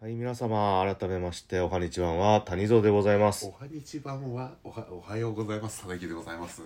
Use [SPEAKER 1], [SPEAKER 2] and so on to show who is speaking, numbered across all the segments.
[SPEAKER 1] はい、皆様、改めまして、おはにちはんは、谷蔵でございま
[SPEAKER 2] お
[SPEAKER 1] す。
[SPEAKER 2] はにちばんはおはおはようございます。佐々木でございます。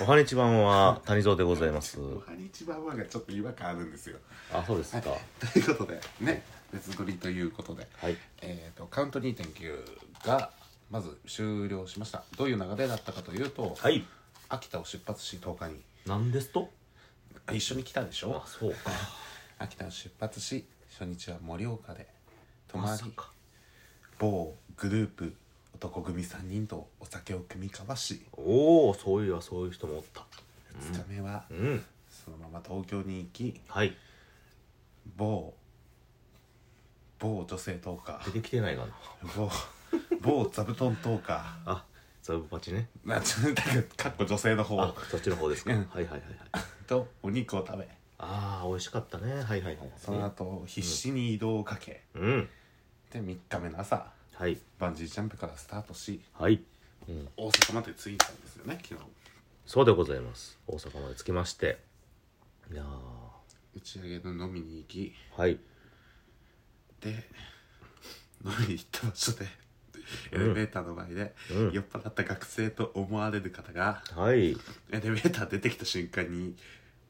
[SPEAKER 1] おはにちはんは、谷蔵でございます。
[SPEAKER 2] おはにちばんはがちょっと違和感あるんですよ。
[SPEAKER 1] あ、そうですか。
[SPEAKER 2] ということでね別撮りということで、
[SPEAKER 1] はい。
[SPEAKER 2] えー、とカウント2.9がまず終了しました。どういう流れだったかというと、
[SPEAKER 1] はい。
[SPEAKER 2] 秋田を出発し10日に
[SPEAKER 1] なんですと
[SPEAKER 2] あ一緒に来たでしょ
[SPEAKER 1] あ、。そうか。
[SPEAKER 2] 秋田を出発し初日は盛岡で泊ま
[SPEAKER 1] ま
[SPEAKER 2] り
[SPEAKER 1] さ、か。
[SPEAKER 2] 某グループ男組3人とお酒を組み交わし
[SPEAKER 1] おお、そういうはそういう人もおった。
[SPEAKER 2] 2日目は
[SPEAKER 1] うん。
[SPEAKER 2] そのまま東京に行き
[SPEAKER 1] はい。
[SPEAKER 2] 某某女性トーカ
[SPEAKER 1] 出
[SPEAKER 2] ー
[SPEAKER 1] てきてないかな。
[SPEAKER 2] 某某座布団トーカ
[SPEAKER 1] あ、ザブパチね。
[SPEAKER 2] ーなんちゅうだけどかっこ女性の
[SPEAKER 1] あ
[SPEAKER 2] 方、
[SPEAKER 1] そっちの方ですか。
[SPEAKER 2] う
[SPEAKER 1] は
[SPEAKER 2] ん
[SPEAKER 1] いはいはいはい。
[SPEAKER 2] とお肉を食べ
[SPEAKER 1] ああ、美味しかったね。はいはいはい。
[SPEAKER 2] その後必死に移動をかけ、
[SPEAKER 1] うん。
[SPEAKER 2] で3日目の朝
[SPEAKER 1] はい。
[SPEAKER 2] バンジージャンプからスタートし
[SPEAKER 1] はい。うん。
[SPEAKER 2] 大阪まで着いたんですよね昨日
[SPEAKER 1] そうでございます。大阪まで着きまして。いやー
[SPEAKER 2] 打ち上げの飲みに行き
[SPEAKER 1] はい。
[SPEAKER 2] で飲みに行った場所でエレベーターの前で、
[SPEAKER 1] うん
[SPEAKER 2] 酔っ払った学生と思われる方が
[SPEAKER 1] はい。
[SPEAKER 2] エレベーター出てきた瞬間に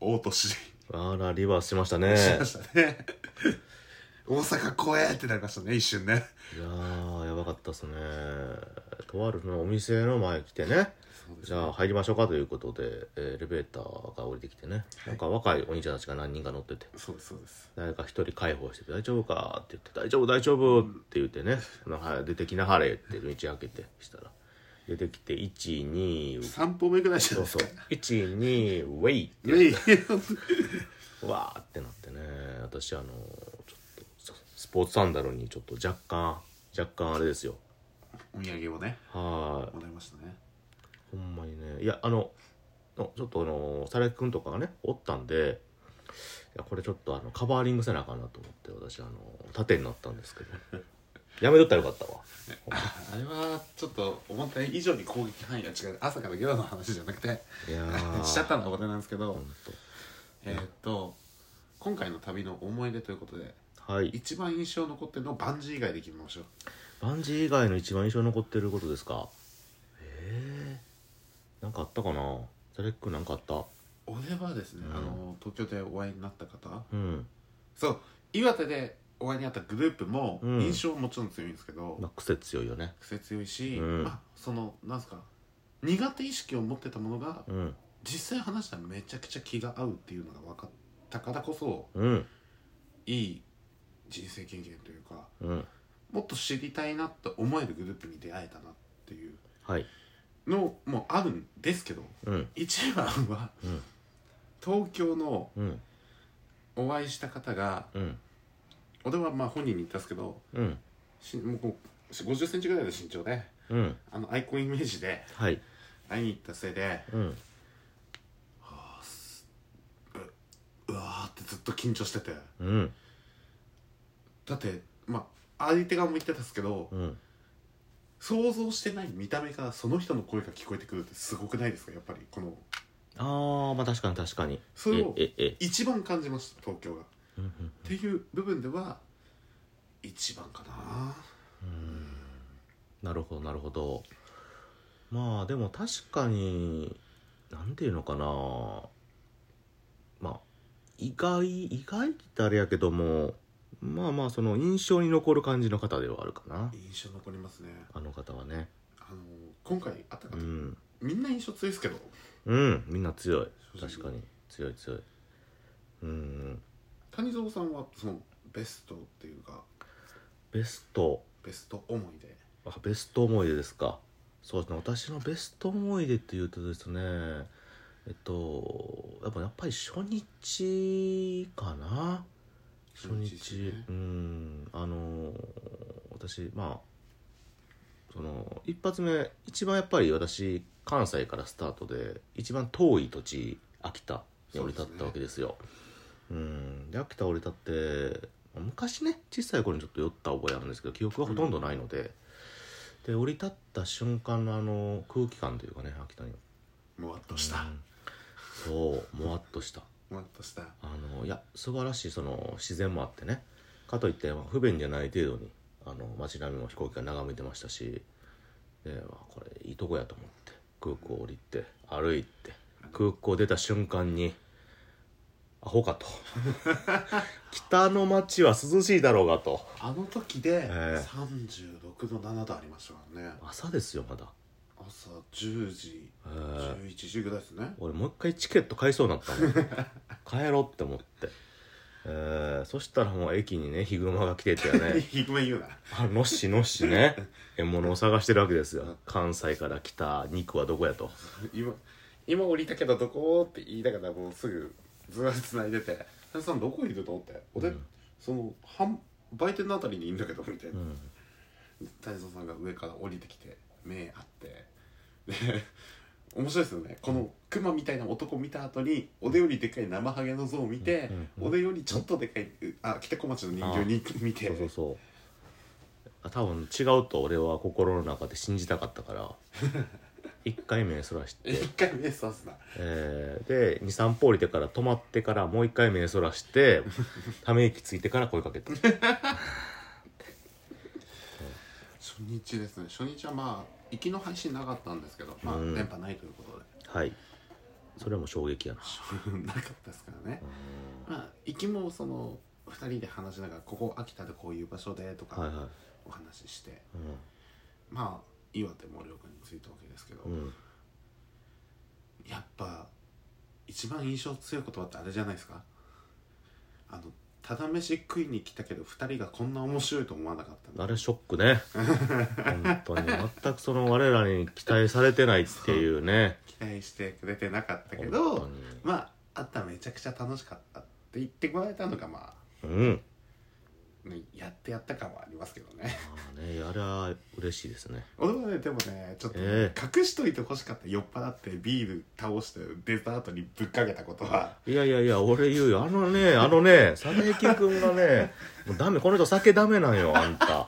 [SPEAKER 2] 嘔吐し
[SPEAKER 1] あら、リバースしましたね。
[SPEAKER 2] しましたね 大阪怖えってなりましたね一瞬ね
[SPEAKER 1] いやー、やばかったっすね。とあるのお店の前来てね、じゃあ入りましょうかということで、えーエレベーターが降りてきてね、なんか若いお兄ちゃんたちが何人か乗ってて、
[SPEAKER 2] そうですそうです
[SPEAKER 1] 誰か一人解放してて、大丈夫かって言って、大丈夫、大丈夫って言ってね、あのはい出てきなはれって道開けてしたら、出てきて、1、2、
[SPEAKER 2] 3歩目ぐらいじゃな
[SPEAKER 1] そ
[SPEAKER 2] いうです
[SPEAKER 1] そ
[SPEAKER 2] か
[SPEAKER 1] う、1、2、ウェイ
[SPEAKER 2] ウェイ
[SPEAKER 1] わーってなってね私あのちょっとスポーツサンダルにちょっと若干若干あれですよ
[SPEAKER 2] お土産をね
[SPEAKER 1] は
[SPEAKER 2] もらいましたね
[SPEAKER 1] いほんまにねいやあののちょっとあの佐々木君とかがねおったんでいやこれちょっとあのカバーリングせなあかんなと思って私あの縦になったんですけどやめとったらよかったわ
[SPEAKER 2] あれはちょっと思った以上に攻撃範囲が違う朝からゲラの話じゃなくて
[SPEAKER 1] いやー
[SPEAKER 2] しちゃったのはこれなんですけど、
[SPEAKER 1] ほん
[SPEAKER 2] えーっと今回の旅の思い出ということで
[SPEAKER 1] とはい
[SPEAKER 2] 一番印象残ってるのをバンジー以外で決めましょう
[SPEAKER 1] バンジー以外の一番印象に残ってることですかええー、なんかあったかな佐々木君なんかあった
[SPEAKER 2] 俺はですね、
[SPEAKER 1] うん
[SPEAKER 2] あの東京でお会いになった方
[SPEAKER 1] うん
[SPEAKER 2] そう岩手でお会いになったグループも
[SPEAKER 1] うん
[SPEAKER 2] 印象もちろん強いんですけど、
[SPEAKER 1] まあ癖強いよね
[SPEAKER 2] 癖強いし、
[SPEAKER 1] うん
[SPEAKER 2] まあそのなんすか苦手意識を持ってたものが
[SPEAKER 1] うん
[SPEAKER 2] 実際話したらめちゃくちゃ気が合うっていうのが分かったからこそ
[SPEAKER 1] うん
[SPEAKER 2] いい人生経験というか
[SPEAKER 1] うん
[SPEAKER 2] もっと知りたいなって思えるグループに出会えたなっていう
[SPEAKER 1] はい
[SPEAKER 2] のもあるんですけど
[SPEAKER 1] うん
[SPEAKER 2] 一番は
[SPEAKER 1] うん
[SPEAKER 2] 東京の
[SPEAKER 1] うん
[SPEAKER 2] お会いした方が
[SPEAKER 1] うん
[SPEAKER 2] 俺はまあ本人に言ったんですけど
[SPEAKER 1] うん
[SPEAKER 2] しもうこう5 0ンチぐらいの身長で
[SPEAKER 1] うん
[SPEAKER 2] あのアイコンイメージで
[SPEAKER 1] はい
[SPEAKER 2] 会いに行ったせいで
[SPEAKER 1] うん
[SPEAKER 2] うわーってずっと緊張してて
[SPEAKER 1] うん
[SPEAKER 2] だってまあ相手側も言ってたんですけど、
[SPEAKER 1] うん
[SPEAKER 2] 想像してない見た目からその人の声が聞こえてくるってすごくないですかやっぱりこの
[SPEAKER 1] あーまあ確かに確かに
[SPEAKER 2] それを
[SPEAKER 1] えええ
[SPEAKER 2] 一番感じました東京がっ
[SPEAKER 1] うん
[SPEAKER 2] ていう部分では一番かな
[SPEAKER 1] なるほどなるほどまあでも確かになんていうのかなまあ意外意外ってあれやけどもまあまあその印象に残る感じの方ではあるかな
[SPEAKER 2] 印象残りますね
[SPEAKER 1] あの方はね
[SPEAKER 2] あの今回あった
[SPEAKER 1] う
[SPEAKER 2] 方、
[SPEAKER 1] ん
[SPEAKER 2] みんな印象強いですけど
[SPEAKER 1] うんみんな強い
[SPEAKER 2] 正直
[SPEAKER 1] 確かに強い強いうん
[SPEAKER 2] 谷蔵さんはそのベストっていうか
[SPEAKER 1] ベスト
[SPEAKER 2] ベスト思いで
[SPEAKER 1] あベスト思い出ですかそうですね私のベスト思い出っていうとですねえっとやっぱやっぱり初日かな初日
[SPEAKER 2] 初日ですね
[SPEAKER 1] うんあの私まあその一発目一番やっぱり私関西からスタートで一番遠い土地秋田に降り立ったわけですようんで秋田降り立って昔ね小さい頃にちょっと酔った覚えあるんですけど記憶はほとんどないので、で降り立った瞬間のあの空気感というかね秋田に
[SPEAKER 2] もわっとした、
[SPEAKER 1] うんそうもわっとした
[SPEAKER 2] もわっとした
[SPEAKER 1] あのいや素晴らしいその自然もあってねかといってまあ不便じゃない程度にあの街並みも飛行機が眺めてましたしで、まあ、これいいとこやと思って空港降りて歩いて空港出た瞬間にアホかと 北の街は涼しいだろうがと
[SPEAKER 2] あの時で
[SPEAKER 1] ええ
[SPEAKER 2] 36度7度ありましたからね
[SPEAKER 1] 朝ですよまだ、
[SPEAKER 2] 朝10時
[SPEAKER 1] えー
[SPEAKER 2] 11時ぐらいですね
[SPEAKER 1] 俺もう一回チケット買いそうになったもん帰ろうって思って、えーそしたらもう駅にねヒグマが来ててね
[SPEAKER 2] ごめん言うな
[SPEAKER 1] あのっしのっしね 獲物を探してるわけですよ関西から来た肉はどこやと
[SPEAKER 2] 今今降りたけどどこって言いながらもうすぐずらつないでて「田さんどこいるの?」って「俺、
[SPEAKER 1] うん
[SPEAKER 2] その販売店のあたりにいるんだけど」みたいうな、
[SPEAKER 1] ん
[SPEAKER 2] 太蔵さんが上から降りてきて目あってで 面白いですよねこのクマみたいな男見た後に俺よりでかい生ハゲの像を見て、
[SPEAKER 1] うんうんうん
[SPEAKER 2] 俺よりちょっとでかいあ北小町の人形に見て
[SPEAKER 1] そうそうそうあ多分違うと俺は心の中で信じたかったから 一回目そらし
[SPEAKER 2] え
[SPEAKER 1] て
[SPEAKER 2] 一回目さすな
[SPEAKER 1] えーで23歩降りてから止まってからもう一回目そらしてため息ついてから声かけた
[SPEAKER 2] 初日ですね初日はまあ行きの配信なかったんですけど、まあ、
[SPEAKER 1] うん
[SPEAKER 2] 電波ないということで
[SPEAKER 1] はいそれも衝撃やな
[SPEAKER 2] なかったですからね、まあ行きもその2人で話しながらここ秋田でこういう場所でと
[SPEAKER 1] はい
[SPEAKER 2] か
[SPEAKER 1] はい
[SPEAKER 2] お話しして、まあ岩手盛岡に着いたわけですけど、
[SPEAKER 1] うん、うん、
[SPEAKER 2] やっぱ一番印象強い言葉ってあれじゃないですかあのただ飯食いに来たけど2人がこんな面白いと思わなかったんだ
[SPEAKER 1] あれショック ね本当に全くその我らに期待されてないっていうね
[SPEAKER 2] 期待してくれてなかったけ
[SPEAKER 1] 本当
[SPEAKER 2] ど
[SPEAKER 1] に
[SPEAKER 2] まああっためちゃくちゃ楽しかったって言ってもらえたのがま
[SPEAKER 1] うん
[SPEAKER 2] あ、ねやってやった感はありますけど ね
[SPEAKER 1] まあねあれは嬉しいですね
[SPEAKER 2] 俺はねでもねちょっとね、
[SPEAKER 1] え
[SPEAKER 2] 隠しといてほしかった酔っ払ってビール倒してデザートにぶっかけたことはい
[SPEAKER 1] やいやいや俺言うよあのねあのね佐々木君がねもうダメこの人酒ダメなんよあんた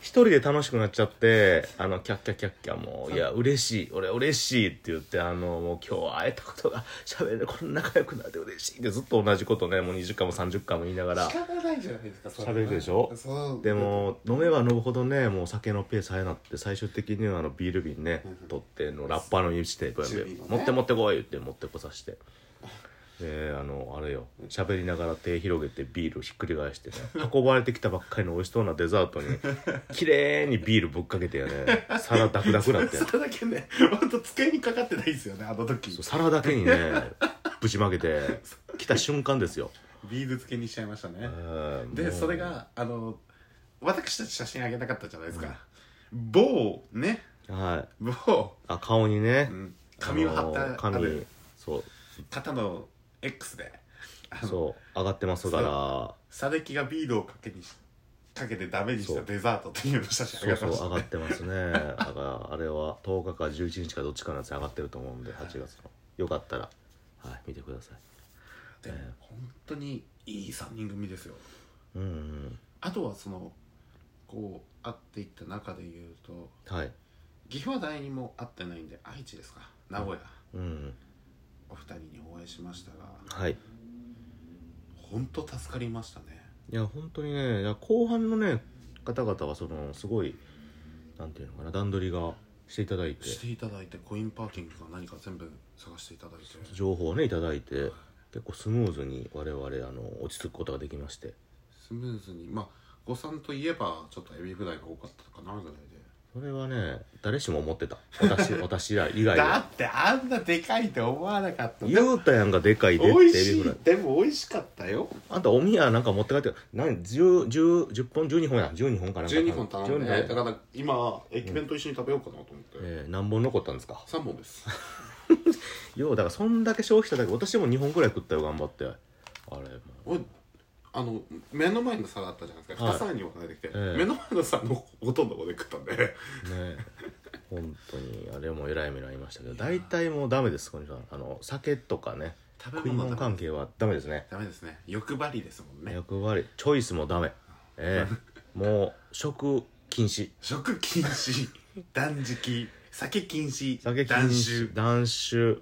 [SPEAKER 1] 一人で楽しくなっちゃってあのキャッキャッキャッキャもういや嬉しい俺嬉しいって言ってあのもう今日会えたことが喋れるこんな仲良くなって嬉しいってずっと同じことねもう20回も30回も言いながら
[SPEAKER 2] 仕方ないじゃないですかそれは
[SPEAKER 1] 喋るでしょ
[SPEAKER 2] そう
[SPEAKER 1] でも飲めば飲むほどねもう酒のペース早なって最終的にはあのビール瓶ね
[SPEAKER 2] うん
[SPEAKER 1] 取ってのラッパーの指して
[SPEAKER 2] チュービーのね
[SPEAKER 1] 持って持ってこい」言って持ってこさしてであのあれよ喋りながら手広げてビールひっくり返してね運ばれてきたばっかりの美味しそうなデザートに綺麗にビールぶっかけてやね皿ダクダクなって
[SPEAKER 2] それだけねほんと机にかかってないですよねあの時
[SPEAKER 1] そう皿だけにねぶちまけて来た瞬間ですよ
[SPEAKER 2] ビール漬けにしちゃいましたね
[SPEAKER 1] うんも
[SPEAKER 2] で
[SPEAKER 1] う
[SPEAKER 2] それがあの私たち写真あげなかったじゃないですか、某ね
[SPEAKER 1] はい
[SPEAKER 2] 某、
[SPEAKER 1] あ顔にね、
[SPEAKER 2] うん、紙を貼
[SPEAKER 1] あ
[SPEAKER 2] っ
[SPEAKER 1] の
[SPEAKER 2] たある
[SPEAKER 1] 紙そう
[SPEAKER 2] 方の X であの
[SPEAKER 1] そう上がってますから
[SPEAKER 2] サデキがビールをかけにしかけてダメにしたデザートっていうのを写真あ
[SPEAKER 1] そう
[SPEAKER 2] げました
[SPEAKER 1] そう
[SPEAKER 2] ね
[SPEAKER 1] 上がってますねだからあれは10日か11日かどっちかのやつ上がってると思うんで8月のよかったらはい見てください
[SPEAKER 2] でも本当にいい3人組ですよ
[SPEAKER 1] うんうん
[SPEAKER 2] あとはそのこう会っていった中で言うと
[SPEAKER 1] はい
[SPEAKER 2] 岐阜は誰にも会ってないんで愛知ですか名古屋、
[SPEAKER 1] うんうん
[SPEAKER 2] お二人にお会いしましたが
[SPEAKER 1] はい
[SPEAKER 2] 本当助かりましたね
[SPEAKER 1] いや本当にねいや後半のね方々はそのすごいなんていうのかな段取りがしていただいて
[SPEAKER 2] していただいてコインパーキングか何か全部探していただいて
[SPEAKER 1] 情報をねいただいて結構スムーズに我々あの落ち着くことができまして
[SPEAKER 2] スムーズにまあ誤算といえばちょっとエビフライが多かったかなぐらいで
[SPEAKER 1] それはね誰しも思ってた私私ら以外
[SPEAKER 2] だ
[SPEAKER 1] は
[SPEAKER 2] ってあんなでかいって思わなかった
[SPEAKER 1] 言うたやんがでかいでって
[SPEAKER 2] 美味し
[SPEAKER 1] エビフライ
[SPEAKER 2] いでも美味しかったよ
[SPEAKER 1] あんたおみやなんか持って帰って何10 10 10本12本や12本かなんか
[SPEAKER 2] 12本頼んで
[SPEAKER 1] 12
[SPEAKER 2] だ
[SPEAKER 1] 本
[SPEAKER 2] から今駅弁と一緒に食べようかなと思って、
[SPEAKER 1] えー何本残ったんですか
[SPEAKER 2] 3本です
[SPEAKER 1] ようだからそんだけ消費しただけ私も2本くらい食ったよ頑張ってあれも
[SPEAKER 2] おいあの目の前の皿あったじゃないですか、
[SPEAKER 1] はい
[SPEAKER 2] 2皿に分かれてきて、
[SPEAKER 1] ええ
[SPEAKER 2] 目の前の皿のほとんど俺食ったんで
[SPEAKER 1] うねえ 本当にあれもえらい目に遭いましたけど大体もうダメですこの人はあの酒とかね
[SPEAKER 2] 食
[SPEAKER 1] 食
[SPEAKER 2] べ
[SPEAKER 1] い
[SPEAKER 2] 物
[SPEAKER 1] 物
[SPEAKER 2] はダメ
[SPEAKER 1] 関係はダメですね
[SPEAKER 2] ダメですね欲張りですもんね
[SPEAKER 1] 役割チョイスもダメええ もう食禁止
[SPEAKER 2] 食禁止 断食酒禁止
[SPEAKER 1] 酒禁
[SPEAKER 2] 断
[SPEAKER 1] 止
[SPEAKER 2] 酒
[SPEAKER 1] 断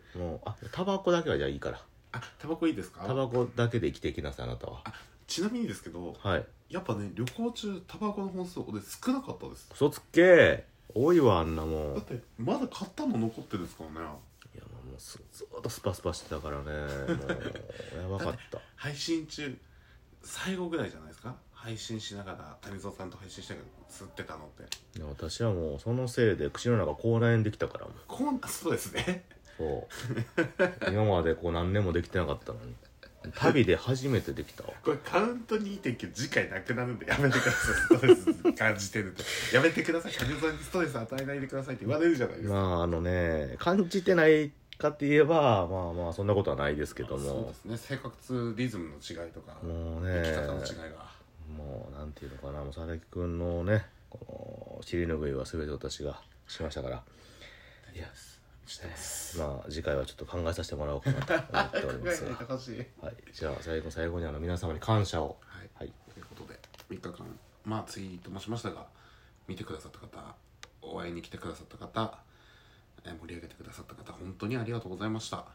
[SPEAKER 1] 酒もうあタバコだけはじゃあいいから
[SPEAKER 2] あタバコいいですか
[SPEAKER 1] タバコだけで生きていきなさいあなたは
[SPEAKER 2] あちなみにですけど
[SPEAKER 1] はい
[SPEAKER 2] やっぱね旅行中タバコの本数俺少なかったです
[SPEAKER 1] 嘘つけ多いわあんなもんい
[SPEAKER 2] だってまだ買ったの残ってるんですからね
[SPEAKER 1] やまあもうすずーっとスパスパしてたからねもうやばかった
[SPEAKER 2] 配信中最後ぐらいじゃないですか配信しながら谷蔵さんと配信しながら吸ってたのって
[SPEAKER 1] いや私はもうそのせいで口の中口内炎できたからもう
[SPEAKER 2] こんなそうですね
[SPEAKER 1] そう今までこう何年もできてなかったのに旅で初めてできたわ
[SPEAKER 2] これカウント2.9次回なくなるんでやめてくださいストレス感じてるってやめてください谷蔵さんにストレス与えないでくださいって言われるじゃないですか、
[SPEAKER 1] まああのね感じてないかって言えばまあまあそんなことはないですけど
[SPEAKER 2] そう
[SPEAKER 1] も
[SPEAKER 2] ですね生活リズムの違いとか
[SPEAKER 1] もう
[SPEAKER 2] 生
[SPEAKER 1] ね
[SPEAKER 2] き方の違いが
[SPEAKER 1] もうなんていうのかなもう佐々木くんのねこの尻拭いは全て私がしましたから
[SPEAKER 2] いや知ってます、
[SPEAKER 1] まあ次回はちょっと考えさせてもらおうかなと思っておりますが
[SPEAKER 2] ほしい
[SPEAKER 1] はい、じゃあ最後最後にあの皆様に感謝を
[SPEAKER 2] はい
[SPEAKER 1] はい
[SPEAKER 2] ということで3日間まあツイートもしましたが見てくださった方お会いに来てくださった方えー盛り上げてくださった方本当にありがとうございました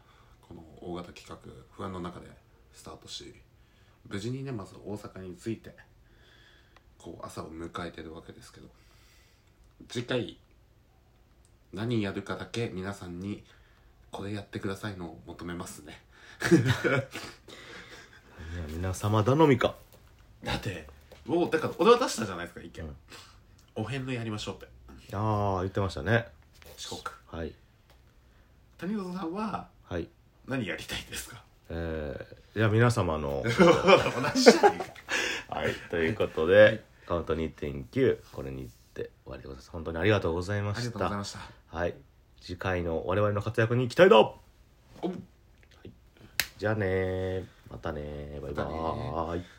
[SPEAKER 2] この大型企画不安の中でスタートし無事にねまず大阪に着いてこう朝を迎えてるわけですけど次回何やるかだけ皆さんにこれやってくださいのを求めますね
[SPEAKER 1] いや皆様頼みか
[SPEAKER 2] だってもうだから俺は出したじゃないですか意見、
[SPEAKER 1] うん
[SPEAKER 2] お遍路やりましょうって
[SPEAKER 1] ああ言ってましたね
[SPEAKER 2] 四国
[SPEAKER 1] はい
[SPEAKER 2] 谷蔵さんは
[SPEAKER 1] はい
[SPEAKER 2] 何やりたいですか
[SPEAKER 1] えー、じゃあ皆様 の
[SPEAKER 2] 同じじゃねえか
[SPEAKER 1] はい、ということで、カウント2.9これにて終わりでございます本当にありがとうございま
[SPEAKER 2] あり
[SPEAKER 1] し
[SPEAKER 2] がとうござい
[SPEAKER 1] た
[SPEAKER 2] ました
[SPEAKER 1] はい次回の我々の活躍に期待だ
[SPEAKER 2] お
[SPEAKER 1] じゃあねーまたねーバイバ
[SPEAKER 2] またね
[SPEAKER 1] ーイ